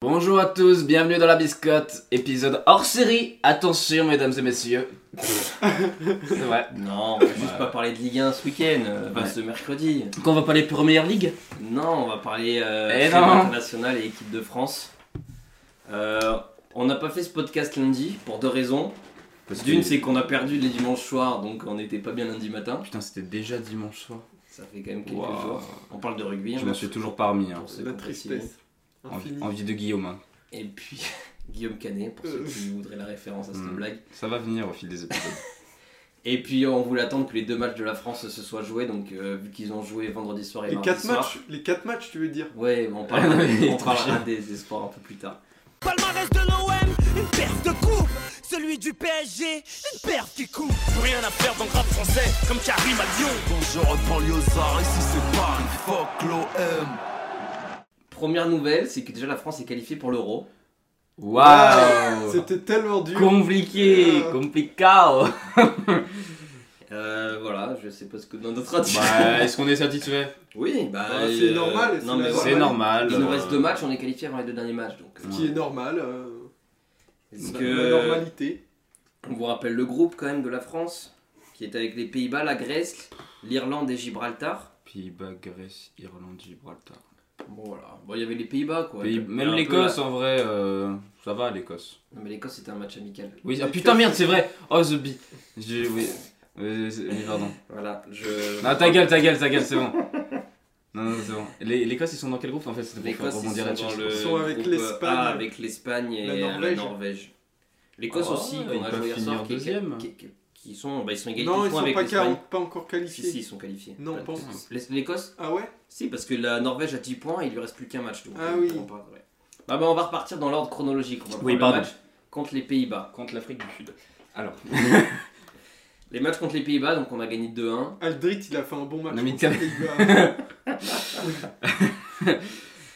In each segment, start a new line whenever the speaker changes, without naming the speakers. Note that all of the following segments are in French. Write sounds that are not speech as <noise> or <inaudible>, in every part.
Bonjour à tous, bienvenue dans la biscotte, épisode hors série. Attention, mesdames et messieurs. C'est vrai.
Non, on va juste pas parler de Ligue 1 ce week-end, euh, enfin,
Ouais.
ce mercredi.
Qu'on va parler première ligue
Non, on va parler euh,
Eh
crème
non.
internationale et équipe de France. Euh, on n'a pas fait ce podcast lundi pour deux raisons. D'une, c'est qu'on a perdu les dimanches soirs, donc on n'était pas bien lundi matin.
Putain, c'était déjà dimanche soir.
Ça fait quand même quelques
Waouh.
jours. On parle de rugby. hein.
Je m'en suis toujours pas remis. Hein.
Pour ceux qui
La
ont pas signé.
tristesse.
Envie,
Infinie.
envie de Guillaume. hein.
Et puis <laughs> Guillaume Canet, pour ceux
Euh.
qui voudraient la référence à cette
Hmm.
blague.
Ça va venir au fil des épisodes.
Et puis on voulait attendre que les deux matchs de la France se soient joués, donc euh, vu qu'ils ont joué vendredi soir et
Les
mardi
4
soir.
matchs, les quatre matchs, tu veux dire
Ouais,
<laughs>
mais on
Ah
parlera,
non, il est
on
trop
parlera
chiant.
des, des sports un peu plus tard.
Palmarès de l'OM, une perf de coupe. Celui du PSG, une perf qui coupe. Plus rien à faire dans le rap français, comme Karim à Lyon.
Dangereux banlieusard, ici c'est Paris, fuck l'OM.
Première nouvelle, c'est que déjà la France est qualifiée pour l'Euro.
<laughs> Waouh
Ah, C'était tellement dur.
Compliqué,
Euh.
complicado.
Euh, voilà, je sais pas ce que dans notre attitude.
Bah, est-ce qu'on est satisfait
oui, bah,
Bah, c'est normal, c'est
Non, mais
normal.
voilà.
C'est normal.
Il nous reste
euh,
deux matchs, on est qualifié avant les deux derniers matchs. Donc,
Ce qui est normal. euh,
est-ce
la-
que
La normalité.
on vous rappelle le groupe quand même de la France, qui est avec les Pays-Bas, la Grèce, l'Irlande et Gibraltar.
Pays-Bas, Grèce, Irlande, Gibraltar.
Bon voilà, bon il y avait les Pays-Bas quoi.
Pays-
Un
Même
peu
l'Écosse
la-
en vrai, euh, ça va l'Écosse.
Non mais l'Écosse c'était un match amical.
Oui, ah
L'Écosse.
putain, merde, c'est vrai. Oh, The Bee. J'ai- Oui, oui, c'est- oui,
<laughs>
pardon.
Voilà, je.
Non, ta gueule, ta gueule, ta gueule, c'est bon. Non, non, c'est bon. Les L'Écosse, ils sont dans quel groupe en fait C'était pour
L'Écosse
faire
ils sont
rebondir là-dessus.
dans
je
le
pense.
Ils sont avec
groupe
l'Espagne.
A, avec l'Espagne et euh,
La
la Norvège.
Norvège.
L'Écosse
Ah,
aussi,
ils
qu'on a
peuvent
joué hier
finir
soir, qui,
deuxième.
qui- qui- qui sont, bah, ils sont égalités
Non, ils
points
sont
avec
pas,
l'Espagne.
car- pas encore
Si,
qualifiés.
si, ils sont qualifiés.
Non,
Pas-
pas encore.
L'Es- L'Écosse
Ah ouais
Si, parce que la Norvège a 10 points et il lui reste plus qu'un match. donc euh,
Ah
on
oui.
prend pas, ouais. Ah bah, on va repartir dans l'ordre chronologique. On va
Oui,
prendre le
pardon.
match contre les Pays-Bas.
Contre l'Afrique du Sud. Alors,
Les matchs contre les Pays-Bas, donc on a gagné 2-1.
Aldrit, il a fait un bon match.
Non, mais
contre
t'as-
les Pays-Bas.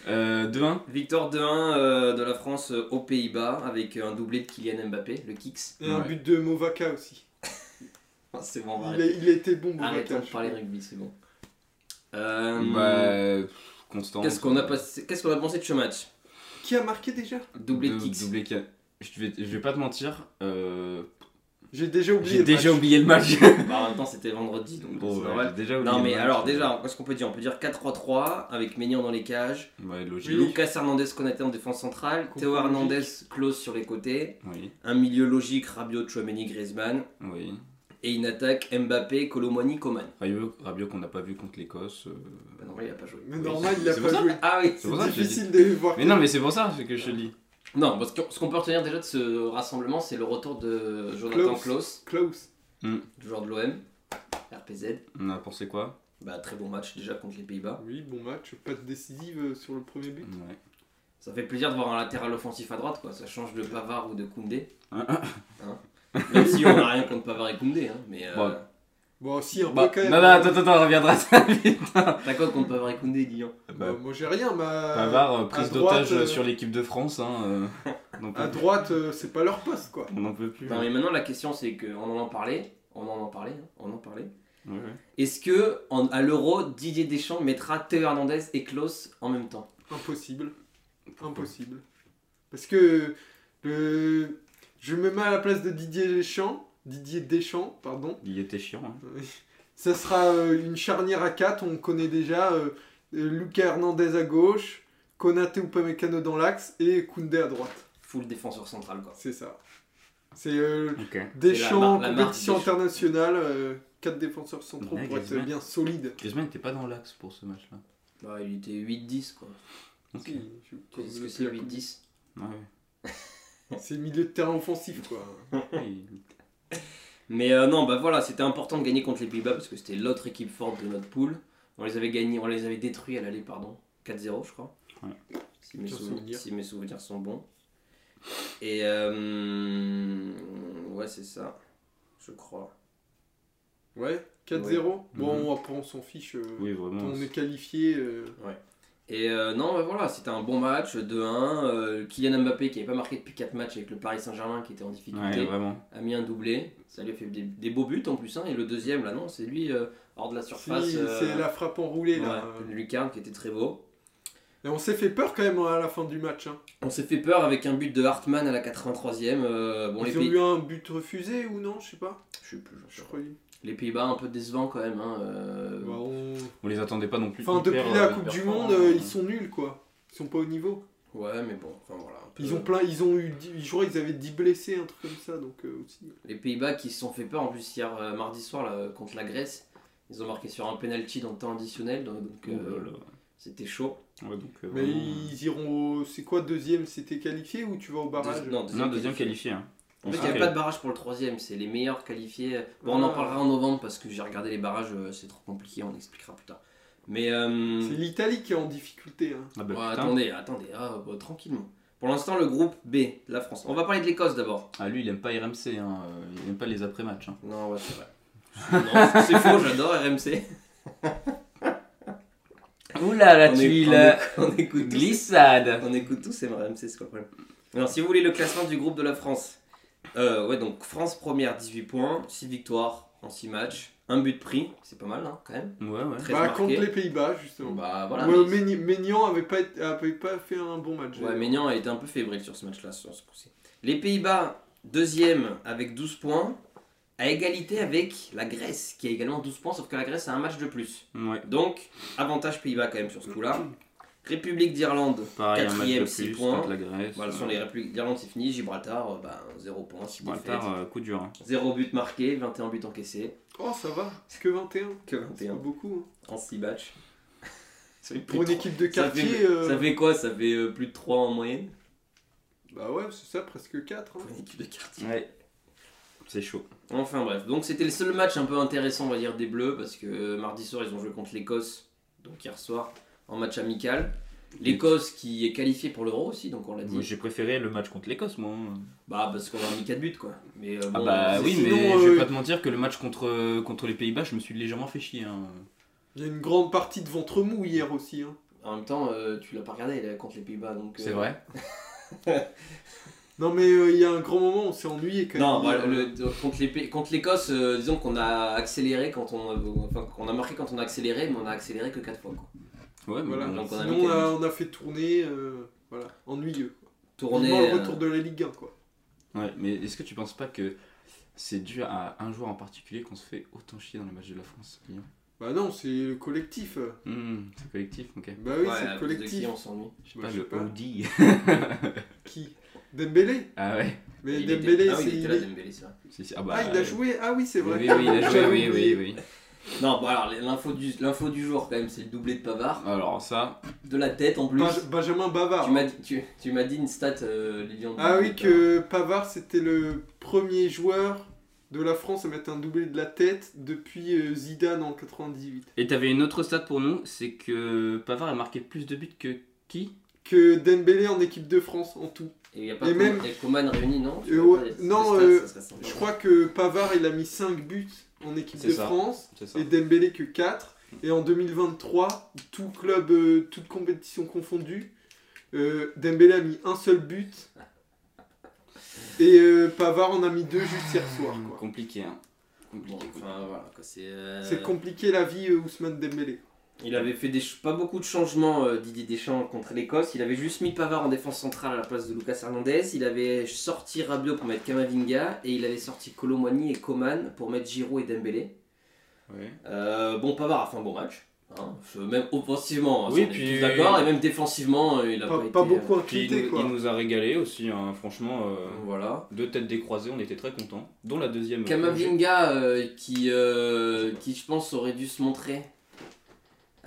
euh, 2-1.
Victoire 2-1 euh, de la France euh, aux Pays-Bas avec euh, un doublé de Kylian Mbappé, le Kicks. <laughs>
Et un
Ouais.
but de Movaka aussi.
Ah, C'est bon, on va
Il, a,
arrêter.
il a été bon,
Arrêtons
Movaka.
de parler rugby, c'est bon. Euh,
Bah, pff, Constant.
Qu'est-ce qu'on a, passé- qu'est-ce qu'on a pensé de ce match
Qui a marqué déjà
Doublé de
Deux-
kicks.
doublé qui a- Je vais, je vais pas te mentir, euh,
J'ai déjà oublié.
j'ai
le
déjà
match.
oublié le
<laughs>
match.
Bah, en même temps, c'était vendredi, donc
Bon,
c'est
ouais,
normal.
j'ai déjà oublié
Non,
le
mais
match.
alors, déjà, qu'est-ce qu'on peut dire On peut dire 4-3-3 avec Ménian dans les cages,
Ouais,
Oui.
logique.
Lucas Hernandez connecté en défense centrale,
Complètement
Théo
logique.
Hernandez close sur les côtés,
Oui,
un milieu logique Rabiot, Chouameni, Griezmann,
oui.
et une attaque Mbappé, Colomani, Coman.
Rabiot, Rabiot qu'on n'a pas vu contre l'Écosse. euh,
Bah, non, il a pas joué.
Mais
Oui.
normal, il a
C'est pour
pas
ça
joué.
Ah oui
C'est pour ça
C'est
que j'ai
difficile de les voir.
Mais non, mais c'est pour ça que je te dis.
Non, parce que ce qu'on peut retenir déjà de ce rassemblement, c'est le retour de Jonathan
Klaus.
Klaus,
Klaus.
joueur de l'OM, RPZ.
On a pensé quoi
Bah, très bon match déjà contre les Pays-Bas.
Oui, bon match. Pas de décisive euh, sur le premier but.
Ouais.
Ça fait plaisir de voir un latéral offensif à droite, quoi. Ça change de Pavard ou de Koundé.
Hein,
Hein. Même si on n'a rien contre Pavard et Koundé, hein, mais euh,
Bon.
Bon, si, un
Bah,
peu quand
non,
même. hein.
non, attends, attends, attends, on reviendra à ça.
<laughs>
t'as quoi contre Pavard et Koundé, Guillaume
Bah, moi, j'ai rien. Ma...
Pavard, euh, prise
à droite,
d'otage euh,
euh,
sur l'équipe de France. Hein, euh, on n'en peut
<laughs> À
plus.
droite, euh, c'est pas leur poste, quoi.
On n'en peut plus. hein.
Non, mais maintenant la question c'est que on en en parlait, on en en parlait, hein, on en parlait.
Ouais, ouais.
Est-ce que en- à l'Euro, Didier Deschamps mettra Théo Hernandez et Klaus en même temps
Impossible. Impossible. Parce que le... je me mets à la place de Didier Deschamps. Didier Deschamps, pardon.
Il était chiant. hein.
Ça sera euh, une charnière à 4, on connaît déjà euh, euh, Lucas Hernandez à gauche, Konaté ou Pamecano dans l'axe et Koundé à droite.
Full défenseur central, quoi.
C'est ça. C'est euh,
Ok.
Deschamps,
la marque
compétition
Deschamps.
internationale, 4 euh, défenseurs centraux
Ouais,
pour être
Griezmann.
bien solide.
Griezmann n'était pas dans l'axe pour ce match-là.
Bah, il était 8-10, quoi.
Ok.
Si, je- comme
Est-ce
le-
que c'est 8-10
Ouais, ouais.
C'est milieu de terrain offensif, quoi.
Il-
Mais euh, non, bah voilà, c'était important de gagner contre les Pays-Bas parce que c'était l'autre équipe forte de notre poule. On les avait gagnés, on les avait détruits à l'aller, pardon. 4-0, je crois.
Ouais.
Si, mes
Pire
souven-
souvenir.
si mes souvenirs sont bons. Et euh, ouais, c'est ça, je crois.
Ouais, 4-0. Bon,
Mhm.
après, on s'en fiche. euh,
Oui, vraiment.
On est qualifié. euh,
Et euh, non, bah voilà, c'était un bon match, 2-1. Euh, Kylian Mbappé, qui n'avait pas marqué depuis 4 matchs avec le Paris Saint-Germain, qui était en difficulté,
Ouais, vraiment.
a mis un doublé. Ça lui a fait des, des beaux buts en plus. hein. Et le deuxième, là, non, c'est lui, euh, hors de la
si,
surface. euh,
C'est la frappe enroulée
Ouais,
là.
une lucarne qui était très beau.
Et on s'est fait peur quand même à la fin du match. hein.
On s'est fait peur avec un but de Hartmann à la 83ème. euh, bon, les,
Ils ont
Pays-
eu un but refusé ou non, je sais pas.
Je sais plus, j'en sais
Je
rien.
crois.
les Pays-Bas, un peu décevants quand même. hein, euh,
Bah, on-
On les attendait pas non plus.
Enfin, depuis
hyper,
la
euh,
Coupe du
hyper
Monde,
forts,
euh,
hein.
ils sont nuls quoi. Ils sont pas au niveau.
Ouais, mais bon, enfin voilà. un peu-
Ils ont plein, ils ont eu, dix- je crois qu'ils avaient 10 blessés, un truc comme ça, donc euh, aussi.
Les Pays-Bas qui se sont fait peur en plus hier euh, mardi soir là, contre la Grèce. Ils ont marqué sur un penalty dans le temps additionnel, donc donc, euh,
Oh là là.
c'était chaud.
Ouais, donc, euh,
Mais
vraiment-
ils iront au, c'est quoi deuxième, c'était qualifié ou tu vas au barrage
Deux- non,
Non, deuxième qualifié. hein.
En fait, il n'y
Ok.
avait pas de barrage pour le troisième, c'est les meilleurs qualifiés. Bon, on en
Ah.
parlera en novembre parce que j'ai regardé les barrages, euh, c'est trop compliqué, on expliquera plus tard. Mais euh,
C'est l'Italie qui est en difficulté. Hein.
Ah bah,
bon,
putain.
attendez, attendez, ah, bah, tranquillement. Pour l'instant, le groupe B de la France. On va parler de l'Écosse d'abord.
Ah, lui, il aime pas RMC, hein, euh, il aime pas les après-matchs. hein.
Non, ouais, c'est vrai. Non, c'est faux, j'adore <laughs> RMC.
Oula, la
On est-
tuile
on, écoute- on écoute tous
glissade
On écoute tous MRMC, c'est quoi le problème Alors, si vous voulez le classement du groupe de la France, euh, ouais, donc France première, 18 points, 6 victoires en 6 matchs, un but pris, c'est pas mal, hein, quand même.
Ouais, ouais.
Très
Bah,
marqué.
contre les Pays-Bas justement.
Bah voilà.
Ouais,
mais-
Maignan- Maignan avait pas, été- avait pas fait un bon match.
Ouais, Maignan a été un peu fébrile sur ce match-là, sur ce coup-ci. Les Pays-Bas, deuxième avec 12 points, à égalité avec la Grèce, qui a également 12 points, sauf que la Grèce a un match de plus.
Ouais,
Donc, avantage Pays-Bas quand même sur ce coup-là. République d'Irlande,
pareil, un match
Quatrième,
de
six
plus
points.
contre la Grèce. euh,
voilà, sur les Républiques d'Irlande, c'est fini. Gibraltar, euh, ben, 0 points, 6 défaites.
Walter, coup dur. hein.
0 but marqué, 21 buts encaissés.
Oh, ça va, c'est que 21.
Que
C'est pas
21
beaucoup. hein.
en 6 <laughs> matchs. Ça fait plus
Pour une
de
équipe de
trois- ça fait-
quartier. euh,
Ça fait quoi Ça fait euh, plus de 3 en moyenne
Bah ouais, c'est ça, presque hein. 4.
pour une équipe de quartier.
Ouais. C'est chaud.
Enfin bref, donc c'était le seul match un peu intéressant, on va dire, des Bleus, parce que euh, mardi soir, ils ont joué contre l'Écosse, donc hier soir, en match amical. L'Écosse qui est qualifiée pour l'Euro aussi, donc on l'a dit.
Moi, J'ai préféré le match contre l'Écosse, moi. hein.
Bah, parce qu'on a mis 4 buts, quoi. Mais, euh,
Ah
bon,
bah
c'est-
oui,
sinon,
mais
euh,
je vais
oui.
pas te mentir que le match contre, euh, contre les Pays-Bas, je me suis légèrement fait chier. hein.
Il y a une grande partie de ventre mou hier aussi. Hein.
En même temps, euh, tu l'as pas regardé là, contre les Pays-Bas, donc. euh,
C'est vrai
Non, mais euh, il y a un grand moment, on s'est ennuyé quand
Non,
même.
bah, le- le- contre les Pays- contre l'Écosse, euh, disons qu'on a accéléré quand on a, enfin, qu'on a marqué quand on a accéléré, mais on a accéléré que 4 fois. Quoi.
Ouais, mais
Voilà,
bon.
donc on a mis
sinon on a,
Cadiz.
on a fait tourner. euh, voilà, ennuyeux.
Tourner.
Vivement
euh,
le retour de la Ligue 1, quoi.
Ouais, mais est-ce que tu penses pas que c'est dû à un joueur en particulier qu'on se fait autant chier dans le match de la France Lyon
Bah non, c'est le collectif. euh.
Hmm, C'est collectif, ok.
Bah oui,
ouais,
c'est
à
le
cause de qui
collectif.
on s'ennuie.
Je sais
Bah,
pas,
je
le
sais pas.
Audi. <laughs>
Qui Dembélé
ah ouais
Mais
Il était-
Dembélé,
ah oui, il
c'est.
était
il
là,
est-
Dembélé, c'est vrai.
Si, si, Ah, bah,
Ah, il a joué Ah oui, c'est
Oui,
vrai.
oui, oui, il
<laughs>
a joué,
J'avais
oui, oui,
oublié.
oui.
Non, bon alors l'info du, l'info du jour quand même, c'est le doublé de Pavard,
Alors ça,
de la tête en plus.
Benj- Benjamin Bavard.
Tu m'as, dit- tu, tu m'as dit une stat, euh, Lilian.
Ah oui, que Pavard, c'était le premier joueur de la France à mettre un doublé de la tête depuis euh, Zidane en 98.
Et t'avais une autre stat pour nous, c'est que Pavard a marqué plus de buts que qui
Que Dembélé en équipe de France en tout.
Et il n'y a pas
Et
que-
même-
il y a que Coman réuni, non Tu
Euh,
vois
ouais,
pas les-
non,
les
euh,
ça serait sympa.
Je crois que Pavard, il a mis 5 buts en équipe
C'est
de
ça.
France
C'est ça.
et Dembélé que 4. Et en 2023, tout club, euh, toute compétition confondue, euh, Dembélé a mis un seul but. Et euh, Pavard en a mis deux juste hier soir. quoi.
Compliqué, hein.
Bon,
Compliqué.
enfin voilà, quoi, c'est. euh,
C'est compliqué la vie euh, Ousmane Dembélé.
Il avait fait des, ch- pas beaucoup de changements, euh, Didier Deschamps, contre l'Écosse. Il avait juste mis Pavard en défense centrale à la place de Lucas Hernandez. Il avait sorti Rabiot pour mettre Kamavinga. Et il avait sorti Colomwani et Coman pour mettre Giroud et Dembélé.
Ouais.
Euh, bon, Pavard a fait un bon match. hein. Je- même offensivement, hein,
Oui,
on est
puis-
tous d'accord, et même défensivement, euh, il a
Pas,
pas,
pas
été.
beaucoup
Puis il,
inclité,
nous-
quoi.
il nous a régalé aussi, hein, franchement. euh,
euh, voilà.
Deux têtes décroisées, on était très contents. Dont la deuxième.
Kamavinga, euh, qui, euh, qui je pense aurait dû se montrer.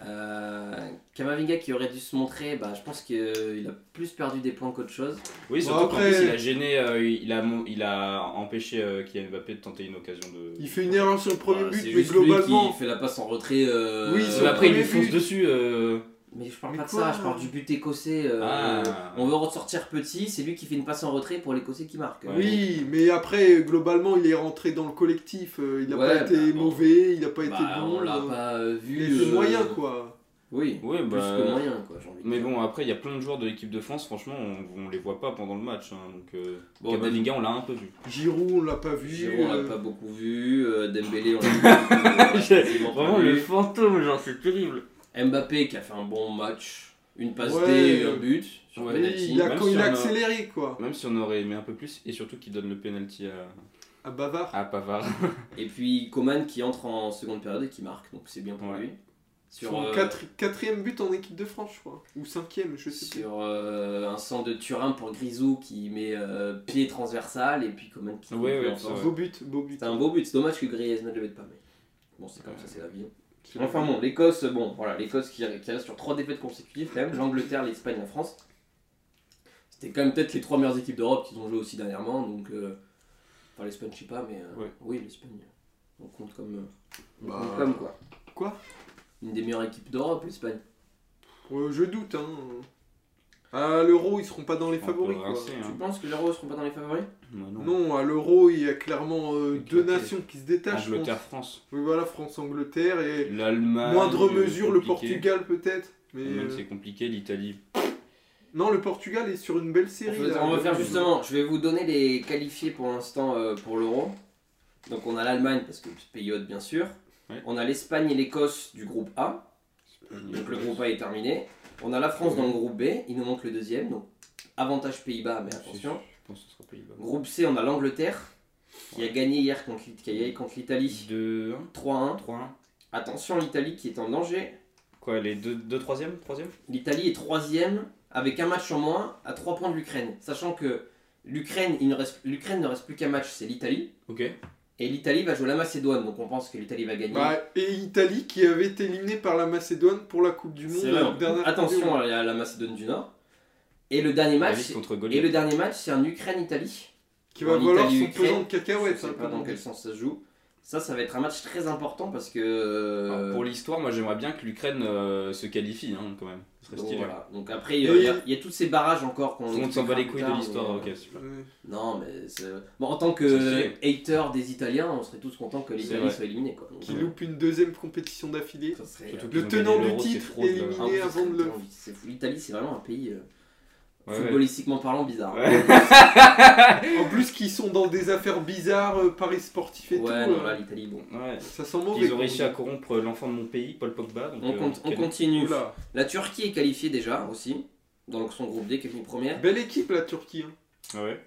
Euh, Kamavinga qui aurait dû se montrer, bah, je pense qu'il a plus perdu des points qu'autre chose.
Oui, surtout
Bon,
qu'en
après-
plus, il a gêné, euh, il, a, mon- il a empêché euh, Kylian Mbappé de tenter une occasion de.
Il fait une erreur sur le premier
Voilà,
but,
Ah, c'est
mais
juste lui
globalement.
qui fait la passe en retrait. euh,
Oui,
Euh,
sur le
après, il lui
premier
fonce
but.
dessus. euh,
Mais je parle
Mais
pas de
quoi
ça, je parle du but écossais. euh,
Ah.
On veut ressortir petit, c'est lui qui fait une passe en retrait pour l'écossais qui marque.
Ouais.
Oui, mais après, globalement, il est rentré dans le collectif. euh, Il n'a
Ouais,
pas été
bah, bon.
mauvais, il n'a pas été
Bah,
bon.
on l'a
euh,
pas euh,
Il
vu.
était
euh,
moyen, quoi.
Oui,
Ouais,
plus
bah,
que moyen, quoi, j'ai envie de
Mais
dire.
bon, après, il y a plein de joueurs de l'équipe de France, franchement, on, on les voit pas pendant le match. hein, donc, euh,
Bon,
Kamavinga, on l'a un peu vu.
Giroud, on l'a pas vu.
Giroud, on
euh,
l'a pas beaucoup vu. euh, Dembélé,
<laughs>
on l'a pas beaucoup vu. on l'a euh, quasiment pas vu.
fantôme, genre, c'est terrible.
Mbappé qui a fait un bon match. Une passe
Ouais.
D, un but sur
Ouais.
penalty.
Il a,
même
quand il
si
a
on a-
accéléré quoi.
Même si on aurait aimé un peu plus, et surtout qu'il donne le penalty à,
À Bavard.
Ah,
à Pavard.
Et puis Coman qui entre en seconde période et qui marque, donc c'est bien pour
Ouais.
lui. Sur,
Son
euh,
quatri- quatrième but en équipe de France, je crois. Ou cinquième, je sais plus.
sur euh, un centre de Turin pour Grisou qui met euh, pied transversal et puis Coman qui
Ouais,
met
ouais,
en force.
c'est vrai.
Beau but, beau but.
C'est un beau but, c'est dommage que Griezmann ne le mette pas, mais bon, c'est comme ça, c'est la vie.
C'est
Enfin bon, l'Écosse, bon, voilà, l'Écosse qui, qui reste sur trois défaites consécutives quand même, l'Angleterre, l'Espagne, la France. C'était quand même peut-être les trois meilleures équipes d'Europe qu'ils ont joué aussi dernièrement, donc. euh, enfin, l'Espagne, je sais pas, mais. euh,
Ouais.
Oui, l'Espagne. On compte comme. euh, on
Bah,
compte comme quoi
quoi
Une des meilleures équipes d'Europe, l'Espagne.
Euh, je doute, hein. À l'euro, ils seront pas dans les
On
favoris,
peut
quoi.
rincer,
Tu
hein. Bah
penses que les Roses seront pas dans les favoris
Non,
hein.
non.
Non, à l'euro, il y a clairement euh,
Éclaté.
deux nations qui se détachent. je pense.
Angleterre-France.
Oui, voilà, France-Angleterre et
Ah,
L'Allemagne.
moindre
euh,
mesure le
compliqué.
Portugal, peut-être. Mais
L'Allemagne,
euh,
c'est compliqué, l'Italie.
non, le Portugal est sur une belle
On
série.
va-
là.
on va faire justement, je vais vous donner les qualifiés pour l'instant euh, pour l'Euro. Donc on a l'Allemagne, parce que pays hôte bien sûr.
Ouais.
On a l'Espagne et l'Écosse du groupe A. Donc le groupe A est terminé. On a la France dans le groupe B, il nous manque le deuxième, donc avantage Pays-Bas, mais attention.
Je pense que ce sera Pays-Bas.
Groupe C, on a l'Angleterre, qui a gagné hier contre l'It- qui a gagné contre l'Italie
2-1.
3-1.
3-1.
Attention l'Italie qui est en danger.
Quoi, les 2 3 3
L'Italie est troisième, avec un match en moins, à 3 points de l'Ukraine. Sachant que l'Ukraine il ne reste- l'Ukraine ne reste plus qu'un match, c'est l'Italie.
Ok.
Et l'Italie va jouer la Macédoine, donc on pense que l'Italie va gagner.
Bah, et Italie qui avait été éliminée par la Macédoone pour la Coupe du Monde.
C'est
la
vrai.
dernière Coupe du
Attention
Monde.
à la, la Macédoine du Nord. Et le dernier match,
Davis contre
et
Goliath.
le dernier match, c'est un Ukraine-Italie.
Qui va
en
valoir
Italie,
son
Ukraine,
pesant de
je
cacahuètes.
sais
hein,
pas
comme
dans
on
quel
dit.
sens ça se joue. Ça, ça va être un match très important parce que.
Alors, pour
euh,
l'histoire, moi j'aimerais bien que l'Ukraine euh, se qualifie hein, quand même. Ce serait
donc,
stylé.
voilà. Donc après, il y a- il y, a- il y a tous ces barrages encore qu'on.
Tout le monde s'en bat les couilles de
plus tard,
l'histoire,
mais, euh,
ok, super.
Ouais.
Non, mais c'est- bon, en tant que
C'est
hater des Italiens, on serait tous contents que
C'est
l'Italie
vrai.
soit éliminée. Quoi. Donc,
qui
euh,
loupe une deuxième compétition d'affilée.
ça serait,
Surtout
euh,
qu'ils
Le
ont gagné
tenant du
l'Euro, c'est
titre
fraude,
éliminé.
là.
ah, oui, ça
avant de
serait
le-
envie. C'est fou. L'Italie, c'est vraiment un pays euh,
Ouais, ouais.
footballistiquement parlant bizarre.
Ouais.
En plus, qu'ils sont dans des affaires bizarres, euh, paris sportifs et
Ouais,
tout.
non,
euh,
là, l'Italie, bon.
<laughs>
Ouais.
Ça sent mauvais.
Ils ont réussi à corrompre l'enfant de mon pays, Paul Pogba. donc,
On,
euh,
compte- on
quel-
continue.
Oula.
La Turquie est qualifiée déjà aussi, dans son groupe D qui est fini première.
Belle équipe la Turquie. hein.
Ah ouais.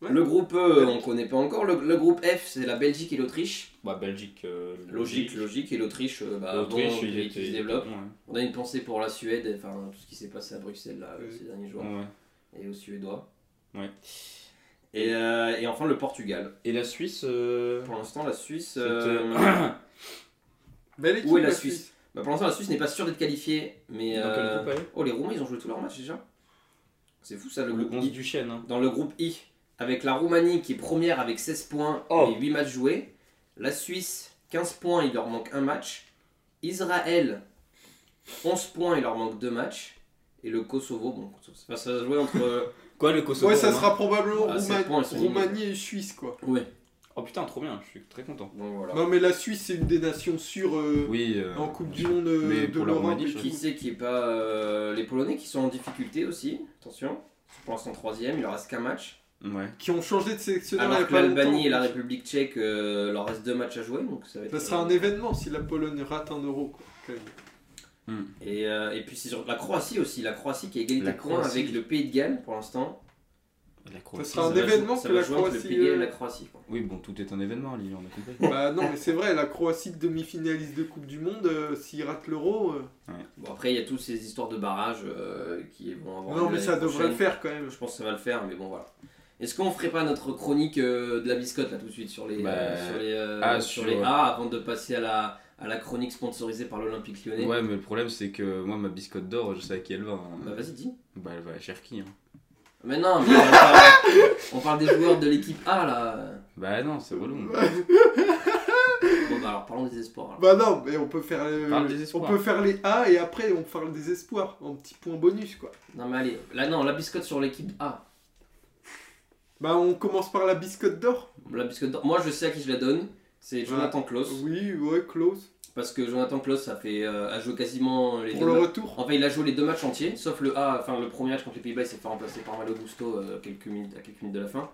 Ouais.
Le groupe E, on connaît pas encore. Le, le groupe F, c'est la Belgique et l'Autriche.
Bah, Belgique. euh,
Logique, logique. Et l'Autriche, euh, bah,
L'Autriche,
bon,
ils
pays qui
étaient-
se développe.
Ouais.
On a une pensée pour la Suède, enfin tout ce qui s'est passé à Bruxelles là, euh,
Oui.
ces derniers jours,
Ouais.
et aux Suédois.
Mm. Ouais.
Et, euh, et enfin le Portugal.
Et la Suisse. euh,
Pour l'instant, la Suisse.
C'était-
euh,
<coughs>
Belle équipe
Où est la Suisse <coughs> bah, pour l'instant, la Suisse n'est pas sûre d'être qualifiée, mais.
Dans
euh,
quel groupe elle est
Oh, les Roumains, ils ont joué tous leurs matchs déjà. C'est fou ça, le
Le
groupe
11
I.
du chêne. hein.
Dans le groupe I, avec la Roumanie qui est première avec 16 points
Oh.
et 8 matchs joués. La Suisse, 15 points, il leur manque un match. Israël, 11 poins, il leur manque deux matchs. Et le Kosovo, bon, Kosovo, c'est pas ça à jouer entre.
Quoi, le Kosovo hein
Ouais, ça
Romain
sera probablement
Ah, c'est
Rouma-
le point, ils sont
Roumanie et Suisse quoi.
ouais,
Oh putain, trop bien, je suis très content.
donc voilà.
Non mais la Suisse c'est une des nations sûres euh,
Oui.
en Coupe du Monde euh,
mais
de
pour la
l'Europe.
Roumanie,
et
je
Qui
tout.
c'est qui est pas. euh, les Polonais qui sont en difficulté aussi, attention. Pour l'instant, troisième, il leur reste qu'un match.
Ouais.
Qui ont changé de sélectionneur il y a
Alors que
pas
l'Albanie
longtemps.
et la République tchèque euh, leur reste deux matchs à jouer, donc ça va être. euh,
Ça sera un événement si la Pologne rate un euro quoi. quand même.
Et, euh, et puis c'est sur la Croatie aussi, la Croatie qui est égalité
La
de points
Croatie.
avec le Pays de Galles pour l'instant.
La
Ça
Croatie.
sera un
va
événement
jouer- ça
que
va
la
jouer entre
Croatie.
Le Pays de Galles et la
euh,
Croatie. quoi.
Oui, bon, tout est un événement, Lily, on a compris.
Bah non mais c'est vrai, la Croatie demi-finaliste de Coupe du Monde, euh, s'ils ratent l'euro. euh,
Bon après il y a toutes ces histoires de barrages euh, qui vont avoir.
Non
lieu
mais ça
l'année
devrait le
prochaine.
faire quand même.
Je pense que ça va le faire, mais bon voilà. Est-ce qu'on ferait pas notre chronique euh, de la biscotte là tout de suite sur les,
Bah,
euh, sur les, euh,
ah,
sur
sur-
les A avant de passer à la, à la chronique sponsorisée par l'Olympique lyonnais
Ouais, mais le problème, c'est que moi, ma biscotte d'or, je sais à qui elle va. hein.
Bah vas-y dis.
Bah, elle va à Cherki. Hein.
Mais non, mais on, parle, <laughs> on parle des joueurs de l'équipe A là.
Bah, non, c'est relou.
Bon bah alors parlons des espoirs. alors.
Bah non, mais on peut faire euh,
Parle des espoirs.
on peut faire les A et après on parle des espoirs en petit point bonus quoi.
Non mais allez, là non, la biscotte sur l'équipe A.
Bah on commence par la biscotte d'or.
La biscotte d'or. Moi je sais à qui je la donne, c'est Jonathan Klaus.
Oui, ouais, close.
Parce que Jonathan Klaus a, fait, euh, a joué quasiment les
Pour
deux
le
matchs.
retour.
Enfin il a joué les deux matchs entiers, sauf le A, enfin le premier match contre les Pays-Bas il s'est fait remplacer par Malo Gusto euh, quelques minutes, à quelques minutes de la fin.
Mm.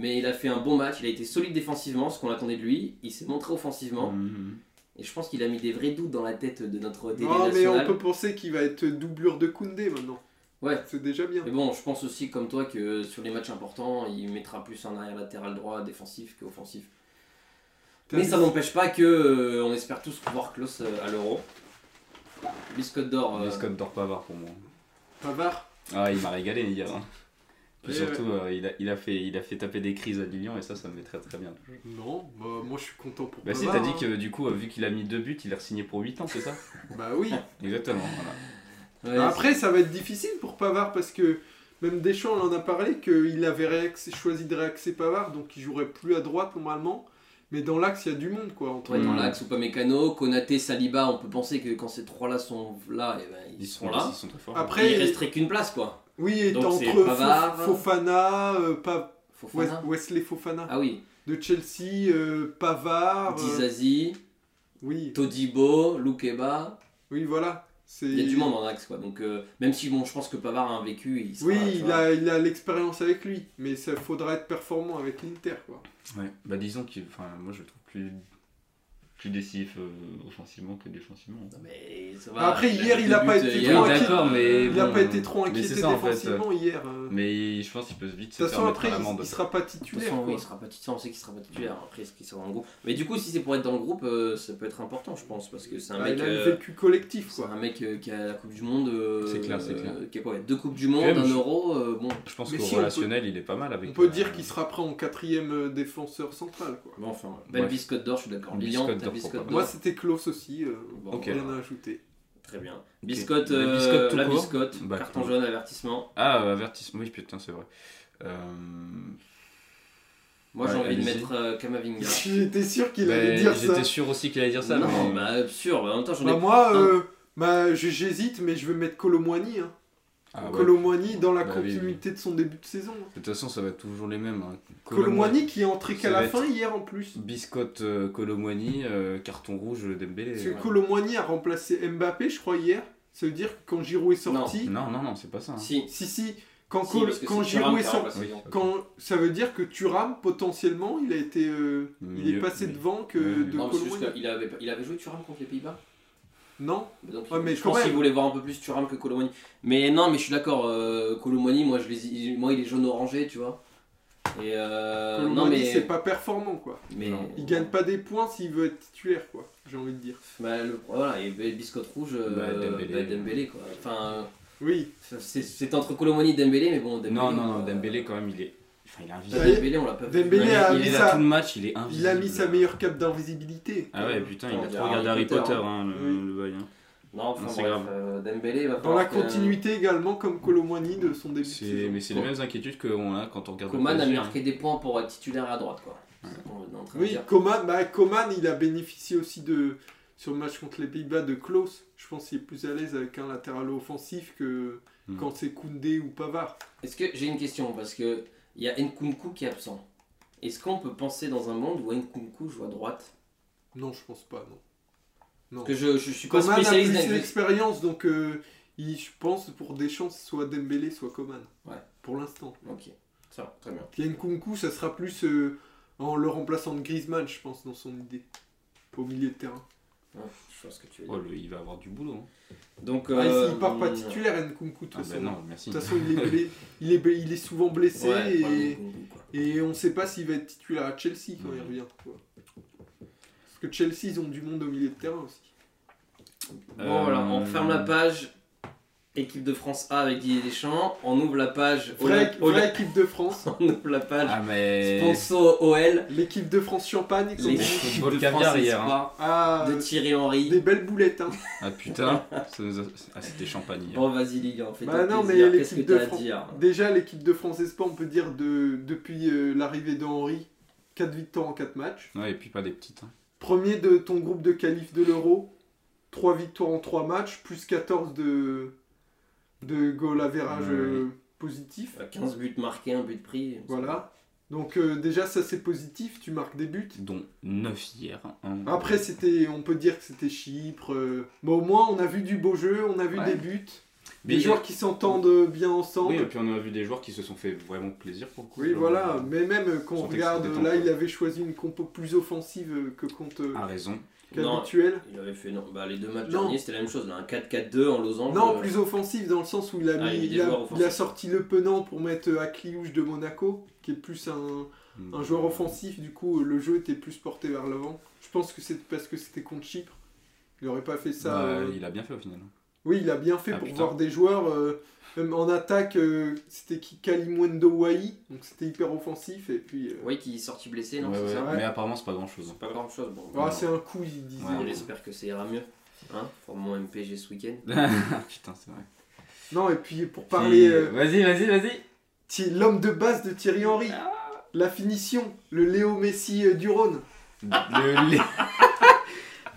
Mais il a fait un bon match, il a été solide défensivement, ce qu'on attendait de lui, il s'est montré offensivement.
Mhm.
Et je pense qu'il a mis des vrais doutes dans la tête de notre DD
Non, Ah, mais on
national.
peut penser qu'il va être doublure de Koundé maintenant.
Ouais.
C'est déjà bien.
Mais bon, je pense aussi, comme toi, que sur les matchs importants, il mettra plus un arrière latéral droit défensif qu'offensif.
T'as
Mais
vu-
ça n'empêche pas que euh, on espère tous voir Klaus euh, à l'Euro. Biscotte d'or. euh,
Scott dort pas pour moi.
Pavard.
Ah, il m'a régalé hier. hein. Puis
Ouais,
surtout, euh, il, a, il, a fait, il a fait taper des crises à Lyon et ça, ça me met très très bien.
Non, bah, moi je suis content pour
Bah si,
Pavard,
t'as dit
hein.
que du coup, euh, vu qu'il a mis deux buts, il a signé pour 8 ans, c'est
<laughs>
ça
Bah oui.
Exactement. voilà.
ouais,
Après, ça va être difficile pour Pavard parce que même Deschamps, on en a parlé, qu'il avait réaxé- choisi de réaxer Pavard, donc il jouerait plus à droite normalement. Mais dans l'axe, il y a du monde quoi. Entre
Ouais, dans
Mm.
l'axe ou pas mécano, Konaté, Saliba, on peut penser que quand ces trois-là sont là, eh ben, ils, seront là.
Ils sont très forts.
Après,
il
il-
resterait qu'une place quoi.
Oui, et
Donc,
entre
c'est
Fof-
Pavard.
Fofana, euh, Pa-
Fofana.
Wes- Wesley Fofana
Ah oui,
de Chelsea, euh, Pavard. euh,
Dizazi,
oui,
Todibo, Lukeba,
oui, voilà. C'est-
il y a du monde en axe quoi. Donc euh, même si bon, je pense que Pavard a un vécu, il sera,
Oui,
tu
il
vois.
a, il a l'expérience avec lui, mais ça faudra être performant avec l'Inter quoi.
Ouais. Bah disons que enfin, moi, je le trouve plus, plus décisif euh, offensivement que défensivement.
Non, mais ça va,
Après,
a
hier,
mis
il
deux
a pas
buts euh,
été
hier.
Oui,
bon,
d'accord, mais
Il n'a
bon,
pas été trop
mais
inquiété
c'est ça, en fait,
défensivement hier. euh.
Mais je pense qu'il peut vite
De
se
toute
faire
façon,
mettre
après,
à
il,
l'amende.
il sera pas
De toute
titulaire.
façon, oui,
quoi.
il sera pas titulaire, on sait qu'il sera pas titulaire. Après, est-ce qu'il sera dans le groupe Mais du coup, si c'est pour être dans le groupe, euh, ça peut être important, je pense, parce que c'est un
Bah,
mec.
il a
euh,
un vécu collectif,
C'est
quoi.
un mec euh, qui a la Coupe du Monde. euh,
C'est clair, c'est clair.
euh, qui a quoi, Deux Coupes du Monde,
Même,
un
je-
euro. euh, bon,
Je pense
Mais
qu'au
si, on peut-
relationnel, il est pas mal avec. euh,
On peut dire qu'il sera prêt en quatrième euh, défenseur central, quoi.
bon, enfin, belle
Ouais.
biscotte d'or, je suis d'accord.
Une
Lilian,
biscotte
t'as
d'or,
biscotte
pourquoi
d'or.
Moi, c'était Klaus aussi. euh,
Bon,
Ok.
Rien
voilà,
à
<laughs>
ajouter. <laughs>
Très bien. Biscotte,
La
euh,
biscotte tout
la
court.
biscotte,
Bah,
carton
cool.
jaune, avertissement.
Ah, euh, avertissement, oui, putain, c'est vrai. Euh,
Moi, j'ai
Ouais,
envie de
allez-y.
mettre euh,
<laughs>
Kamavinga.
J'étais sûr qu'il
bah,
allait dire ça.
J'étais sûr aussi qu'il allait dire ça,
non,
mais.
bah, sûr, bah, en même temps, j'en ai
Bah, moi, euh, bah, j- j'hésite, mais je vais mettre Colomwani. Hein.
Ah, ouais.
Colomwani dans la
Bah oui,
continuité de son début de saison. hein.
De toute façon, ça va être toujours les mêmes. Hein.
Colomwani qui est entré
Ça
qu'à
va
la
être-
fin hier en plus.
Biscotte euh, Colomwani, euh, carton rouge Dembélé.
Parce que
ouais.
Colomwani a remplacé Mbappé, je crois, hier. Ça veut dire que quand Giroud est sorti.
Non, non, non, c'est pas ça. hein.
Si,
Si, si. Quand,
si,
Col-
parce que
quand
c'est Thuram
Giroud est
qui a
sorti.
remplacé
Oui.
Lyon.
Quand ça veut dire que Thuram potentiellement il a été euh, il est
Mieux,
passé
mais-
devant que
Ouais.
de
Non, mais c'est juste
Colomwani.
qu'il avait, il avait joué Thuram contre les Pays-Bas.
Non,
Bah, donc,
Ouais, mais
je
quand
pense
même.
qu'il voulait voir un peu plus Thuram que Colomani. Mais non, mais je suis d'accord. Euh, Colomani, moi, je les, moi, il est jaune orangé, tu vois. Et euh,
Colomwani,
non, mais
c'est pas performant quoi.
Mais
Non.
Il gagne pas des points s'il veut être titulaire quoi, j'ai envie de dire.
Bah, le, voilà, et et Biscotte Rouge, euh,
Bah, Dembélé.
bah, Dembélé, quoi. Enfin,
Oui.
euh, c'est- c'est entre Colomoni et Dembélé, mais bon, Dembélé.
Non, non, non,
euh,
Dembélé, quand même, il est. Enfin, il est
bah,
invisible.
Ça y est.
Dembélé, on l'a pas vu.
Dembélé
Il est-
a
il
mis
est là
sa-
tout le match, il est invisible.
Il a mis sa meilleure euh, cape d'invisibilité.
Ah ouais, putain, il
On
a
dirait
trop regardé Harry Potter,
Potter,
hein, le,
Oui.
le bail. hein.
Non, enfin,
Non, c'est
bref,
grave.
euh, Dembélé va
Dans
falloir
la
que-
continuité également comme Colomwani de son début. de
C'est-
saison.
Mais c'est les mêmes inquiétudes qu'on a quand on regarde
Coman a
PSG, hein.
marqué des points pour être titulaire à droite, quoi. C'est ce qu'on est en train de
Oui,
dire.
Coman, bah, Coman, il a bénéficié aussi de sur le match contre les Pays-Bas de Klaus. Je pense qu'il est plus à l'aise avec un latéral offensif que
Hmm.
quand c'est Koundé ou Pavard.
Est-ce que j'ai une question Parce que il y a Nkunku qui est absent. Est-ce qu'on peut penser dans un monde où Nkunku joue à droite
Non, je pense pas, non.
Parce que je, je suis pas
Coman a
spécialiste
plus
d'Nkunku.
d'expérience, donc euh, il- je pense pour des chances soit Dembélé, soit Coman.
Ouais.
Pour l'instant.
Ok, ça va, très bien.
Et Nkunku, ça sera plus euh, en le remplaçant de Griezmann, je pense, dans son idée. Au milieu de terrain.
Ouais, je vois ce que tu veux
Oh,
dire.
le- il va avoir du boulot. hein.
Donc,
Ah,
euh,
il part pas titulaire, Nkunku, de toute
Ah bah
façon.
non, merci.
De toute façon, il est, blé- il est, blé- il est souvent blessé
Ouais,
et,
ouais, Nkunku, quoi.
et on sait pas s'il va être titulaire à Chelsea quand il
Mm.
Mhm.
revient. quoi. Parce que Chelsea, ils ont du monde au milieu de terrain aussi.
Bon,
Euh,
voilà, on ferme la page équipe de France A avec Didier Deschamps. On ouvre la page
Vraie,
Olymp-
vraie équipe de France.
On ouvre la page
Ah, mais.
sponsor OL.
L'équipe de France Champagne. comme on
Les
dit.
football
de
caviar
France
hier, hein.
Espoir
Ah,
de
euh,
Thierry Henry.
des belles boulettes. Hein.
Ah putain, ça nous a- ah, c'était champagne hier.
Bon, vas-y, Lilian, fais
Bah
ton
non, mais
plaisir. Qu'est-ce que
l'équipe de
t'as à
France-
dire
Déjà, l'équipe de France Espoir, on peut dire de, depuis euh, l'arrivée de Henry, 4 victoires en 4 matchs.
Ouais, et puis pas des petites. hein.
Premier de ton groupe de qualif de l'Euro, 3 victoires en 3 matchs, plus 14 de, de goal average
Ouais.
euh, positif.
15 buts marqués, un but pris.
Voilà. Donc euh, déjà, ça c'est positif, tu marques des buts.
Dont 9 hier. hein.
Après, c'était, on peut dire que c'était Chypre. euh, mais au moins, on a vu du beau jeu, on a vu
Ouais.
des buts.
Mais
des
il y a-
joueurs qui s'entendent bien ensemble.
Oui, et puis on a vu des joueurs qui se sont fait vraiment plaisir pour le coup.
Oui,
Genre,
voilà, mais même euh, quand on
Son texte
regarde,
détend,
là,
quoi. Ah,
il avait choisi une compo plus offensive euh, que contre. euh,
À raison.
Non.
qu'habituel.
Il avait fait non. Bah, les deux matchs
Non.
derniers, c'était la même chose. Là, un 4-4-2 en losange.
Non,
euh,
plus offensif dans le sens où il a,
Ah,
mis-
il met des
il a-
joueurs
il a
offensifs.
sorti le penant pour mettre euh, Akliouche de Monaco, qui est plus un, un joueur offensif. Du coup, le jeu était plus porté vers l'avant. Je pense que c'est parce que c'était contre Chypre. Il n'aurait pas fait ça.
Bah,
euh,
Il a bien fait au final.
hein.
Oui, il a bien fait
Ah,
pour
putain.
voir des joueurs. euh, même en attaque, euh, c'était qui Kalimwendo Wai, donc c'était hyper offensif. Et puis, euh,
Oui, qui est sorti blessé, non
Ouais,
C'est
ouais,
ça
ouais.
Mais apparemment, c'est pas grand chose.
hein.
C'est Pas grand chose. Bon,
ah, c'est un coup, il disait.
Ouais.
on espère que ça ira mieux. Hein Pour mon MPG ce week-end.
Ah,
Putain, c'est vrai.
Non, et puis pour parler,
Puis,
euh,
Vas-y, vas-y, vas-y.
Thi- l'homme de base de Thierry Henry, la finition, le Léo Messi euh, du Rhône.
Le,
<laughs>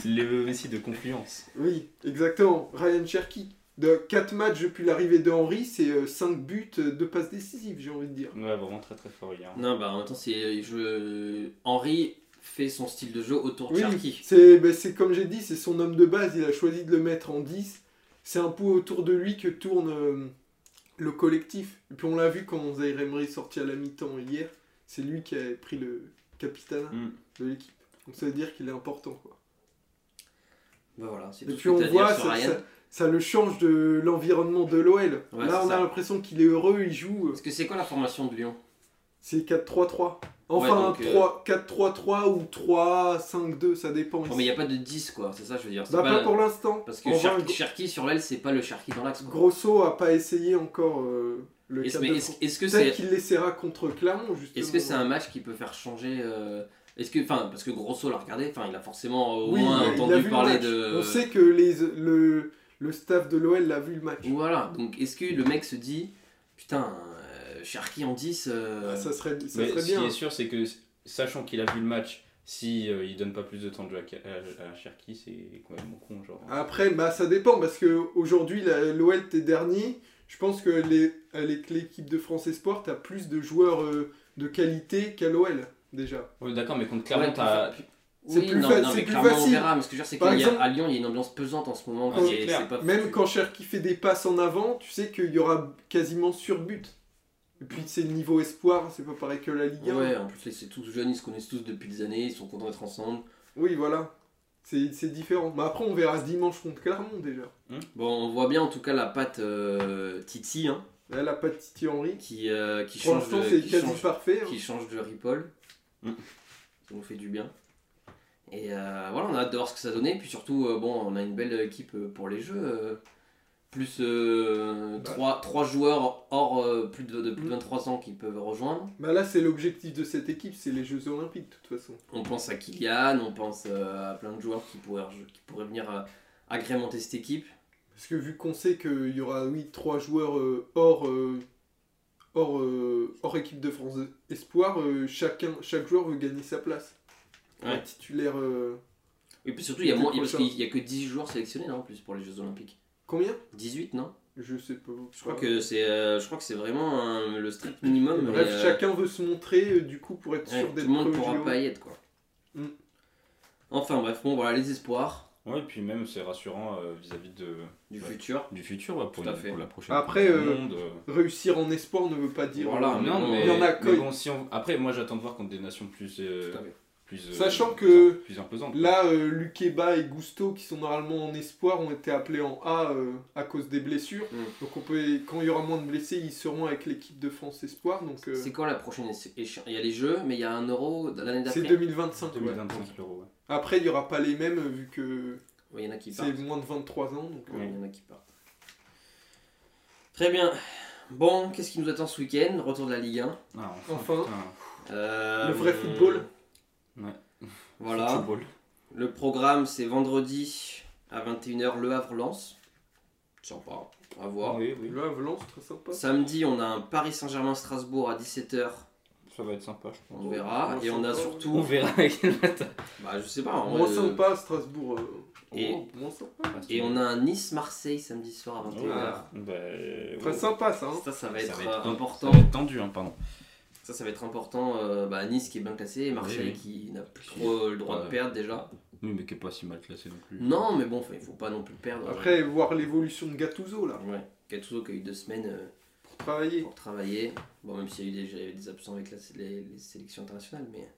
le... le Messi de Confluence.
Oui, exactement. Ryan Cherky. De 4 matchs depuis l'arrivée de Henry, c'est 5 buts, 2 passes décisives, j'ai envie de dire.
Ouais, vraiment très très fort hier.
Non, bah en même temps, c'est. Je... Henri fait son style de jeu autour de
Oui,
Cherki.
c'est ben, c'est comme j'ai dit, c'est son homme de base, il a choisi de le mettre en 10. C'est un peu autour de lui que tourne euh, le collectif. Et puis on l'a vu quand Zaire Emery est sorti à la mi-temps hier, c'est lui qui a pris le capitana
Mm.
de l'équipe. Donc ça veut dire qu'il est important. Quoi.
Bah voilà, c'est
Et
tout ce
puis
que
on
t'as à
voit,
dire sur
ça,
Ryan.
ça- ça le change de l'environnement de l'OL.
Ouais,
Là
c'est
on a
ça.
l'impression qu'il est heureux, il joue.
Parce que c'est quoi la formation de Lyon
C'est 4-3-3. Enfin,
Ouais, donc, euh,
3 4-3-3 ou 3-5-2, ça dépend.
Bon, mais il n'y a pas de 10, quoi. C'est ça, je veux dire. C'est
Bah, pas,
la-
pour l'instant.
Parce
En
que
vrai,
Cherki, Cherki sur l'aile, c'est pas le Cherki dans l'axe. quoi.
Grosso a pas essayé encore euh, le
Est-ce
4
mais est-ce- est-ce que c'est
Peut-être qu'il l'essaiera contre Clermont, justement.
est-ce que c'est un match qui peut faire changer euh, Est-ce que enfin parce que Grosso l'a regardé, enfin il a forcément euh, au
Oui,
moins
il a- il a vu
entendu
le
parler
match.
de.
On sait que les, le, le staff de l'OL l'a vu le match.
Voilà. Donc est-ce que le mec se dit putain euh, Cherki en 10 euh,
Ah, ça serait, ça
Mais
serait
ce qui
bien.
est sûr, c'est que sachant qu'il a vu le match, si euh, il donne pas plus de temps de jeu à, à, à Cherki, c'est complètement
hein,
con, genre.
Après, bah, ça dépend, parce qu'aujourd'hui, l'OL était dernier. Je pense que les- avec l'équipe de France Espoir, t'as plus de joueurs euh, de qualité qu'à l'OL, déjà.
Ouais, D'accord, mais contre
ouais,
Clermont, t'as-
plus-
c'est
oui,
plus
non,
fa-
non,
c'est
mais
plus
clairement, on
facile.
verra, mais ce que je veux dire, c'est
Par
qu'il y a-
exemple-
à Lyon, il y a une ambiance pesante en ce moment.
Ah,
qui
c'est
est-
clair.
c'est pas
Même
foutu.
quand Cherki fait des passes en avant, tu sais qu'il y aura quasiment sur but. Et puis c'est le niveau espoir, c'est pas pareil que la Ligue 1.
Ouais, en plus, c'est tous jeunes, ils se connaissent tous depuis des années, ils sont contents d'être ensemble.
Oui, voilà. C'est c'est différent. Mais après, on verra ce dimanche contre Clermont déjà.
Bon, on voit bien en tout cas la patte euh, Titi, hein,
Là, la patte Titi Henry.
qui, euh, qui
Pour
change
l'instant,
de.
c'est
qui
quasi
change-
parfait. hein.
qui change de Ripoll.
Mm.
Ça nous fait du bien. Et euh, voilà, on a hâte de voir ce que ça donnait. Puis surtout, euh, bon, on a une belle équipe euh, pour les jeux. euh, plus
Bah.
3, joueurs hors euh, plus de, de plus de
Mm.
23 ans qui peuvent rejoindre.
Bah là, c'est l'objectif de cette équipe, c'est les Jeux Olympiques de toute façon.
On pense à Kylian, on pense euh, à plein de joueurs qui pourraient, rejo- qui pourraient venir euh, agrémenter cette équipe.
Parce que vu qu'on sait qu'il y aura, oui, trois joueurs euh, hors, euh, hors, euh, hors équipe de France Espoir, euh, chacun, chaque joueur veut gagner sa place. Un
Ouais.
titulaire... euh,
Et puis surtout, il y a,
C'était
moins,
cool,
parce
ça.
qu'il y a que 10 joueurs sélectionnés non, en plus pour les Jeux Olympiques.
combien
18, non
Je sais pas.
Je crois que c'est euh, je crois que c'est vraiment euh, le strict minimum. mais,
Bref,
euh,
chacun veut se montrer euh, du coup pour être
Ouais,
sûr
tout
d'être
le monde
premier au
pourra
JO.
pas y être quoi.
Mm.
Enfin bref, bon voilà les espoirs
Ouais, et puis même c'est rassurant euh, vis-à-vis de
du
Ouais.
futur.
du futur ouais, pour,
Tout à
une-
fait.
pour la prochaine.
Après,
Coupe du
euh,
monde, euh.
Réussir en espoir ne veut pas dire. euh,
Voilà.
non,
mais
Ah, mais,
il y en a
mais
que-
bon, si on- après moi j'attends de voir contre des nations plus euh,
Tout à fait.
plus euh,
Sachant
plus
que
im- plus imposantes. quoi.
Là, euh, Lukeba et Gusto, qui sont normalement en espoir, ont été appelés en A euh, à cause des blessures.
Mm.
Donc on peut, quand il y aura moins de blessés, ils seront avec l'équipe de France Espoir. Donc euh,
C'est quand la prochaine éche- éche- Il y a les jeux, mais il y a un euro de l'année
c'est
d'après.
2025. ouais.
2025 l'Euro, ouais.
Après, il n'y aura pas les mêmes euh, vu que
Ouais, Il y en a qui partent.
c'est moins de 23 ans. Donc, euh,
Ouais, Il y en a qui partent. Très bien. Bon, qu'est-ce qui nous attend ce week-end Retour de la Ligue 1.
Ah,
Enfin.
putain.
Euh,
Le vrai
hum,
football.
Ouais.
Voilà.
Football.
Le programme, c'est vendredi à 21h, Le Havre-Lens. Sympa. À voir.
Ah Oui, oui.
euh, Le Havre Lens, très sympa.
Samedi, on a un Paris Saint-Germain-Strasbourg à 17h.
Ça va être sympa, je pense.
On verra.
Moins
Et on a
sympa.
On
surtout.
verra avec quel matin.
Bah, je sais pas. en
Moins
vrai, euh,
sympa, Strasbourg. euh,
Et-
oh, moins
Ah,
sympa.
Et on a un Nice-Marseille samedi soir à 21h.
Ah.
Bah, ouais.
Très sympa ça. hein.
Ça, ça va être,
va être
euh, important.
Ça va être tendu, hein, pardon.
Ça, ça va être important. euh, bah, nice qui est bien classé, et Marseille
Oui, oui.
qui n'a plus trop euh, le droit de
Ouais.
perdre déjà.
Oui, mais qui est pas si mal classé non plus.
Non, mais bon, enfin, il faut pas non plus perdre.
Après, voir l'évolution de Gattuso là,
Ouais. Gattuso qui a eu deux semaines euh,
pour travailler.
pour travailler. Bon, même s'il y a eu des, des absents avec la sé- les, les sélections internationales. Mais...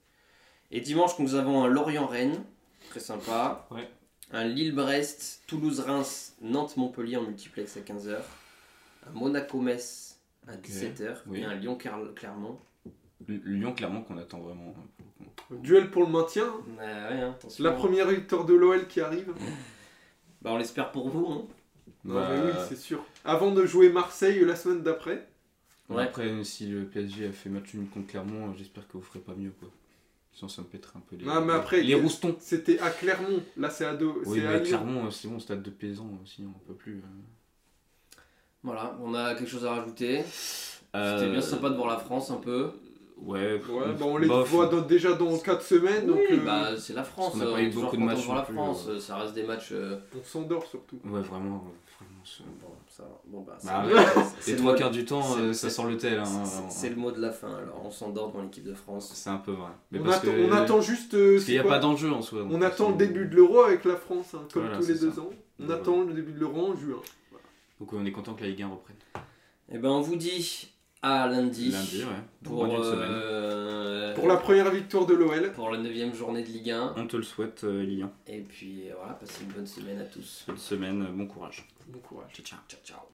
Et dimanche, nous avons un Lorient-Rennes. très sympa.
Ouais.
Un Lille-Brest, Toulouse-Reims, Nantes-Montpellier en multiplex à 15h. Un Monaco-Metz à 17h.
oui.
Et un Lyon-Clermont.
Le- le Lyon, clairement, qu'on attend vraiment.
Duel pour le maintien.
Ah
hein.
ouais, hein, attention.
La première victoire de l'OL qui arrive.
Bah, on l'espère pour vous. hein.
Non,
Bah,
mais oui, c'est sûr. Avant de jouer Marseille la semaine d'après.
bon,
Ouais.
Après, si le PSG a fait match nul contre Clermont, euh, j'espère que vous ferez pas mieux, quoi. Sinon, ça me pèterait un peu les,
Non, mais après,
les roustons.
C'était à Clermont. Là, c'est à, Do...
Oui,
c'est à
mais
Lyon.
Clermont, euh, c'est bon, stade de paysan aussi, on peut plus. euh.
Voilà, on a quelque chose à rajouter.
Euh,
C'était bien sympa de voir la France un peu.
Ouais,
Ouais,
pff,
bah, on les
euh, bof.
voit dans- déjà dans 4 semaines.
Donc,
donc euh,
bah, c'est la France.
qu'on n'a pas
on
eu
est toujours
beaucoup de
content
matchs
voir la
non plus,
France.
ouais.
euh, Ça reste des matchs. euh,
on s'endort surtout.
Ouais, vraiment. euh, vraiment ce-
Bon, ça va. Bon, bah,
Bah, ouais.
c'est- <laughs> c'est
Les
le
trois
mot-
quarts du temps,
c'est-
euh, ça
c'est-
sort le tel. hein,
c'est-
vraiment.
c'est- C'est le mot de la fin. Alors, on s'endort dans l'équipe de France.
C'est un peu vrai. Mais
on,
parce
attend,
que-
on attend juste. euh,
Parce
c'est
qu'il n'y a
quoi
pas d'enjeu en soi. donc
on attend le
c'est-
début de l'euro avec la France, hein, comme
Voilà,
tous les
c'est
deux
ça.
ans. On
Ouais.
attend le début de l'euro en juin.
Donc on est content que la Ligue 1 reprenne.
Et ben, on vous dit à lundi.
Lundi, ouais. Dans
pour,
moins d'une semaine.
euh,
Pour la première victoire de l'OL.
pour la 9 journée de Ligue 1.
On te le souhaite, euh, Lilian.
Et puis euh, voilà, passez une bonne semaine à tous.
Bonne semaine, euh, bon courage.
Bon courage.
Ciao, ciao. ciao.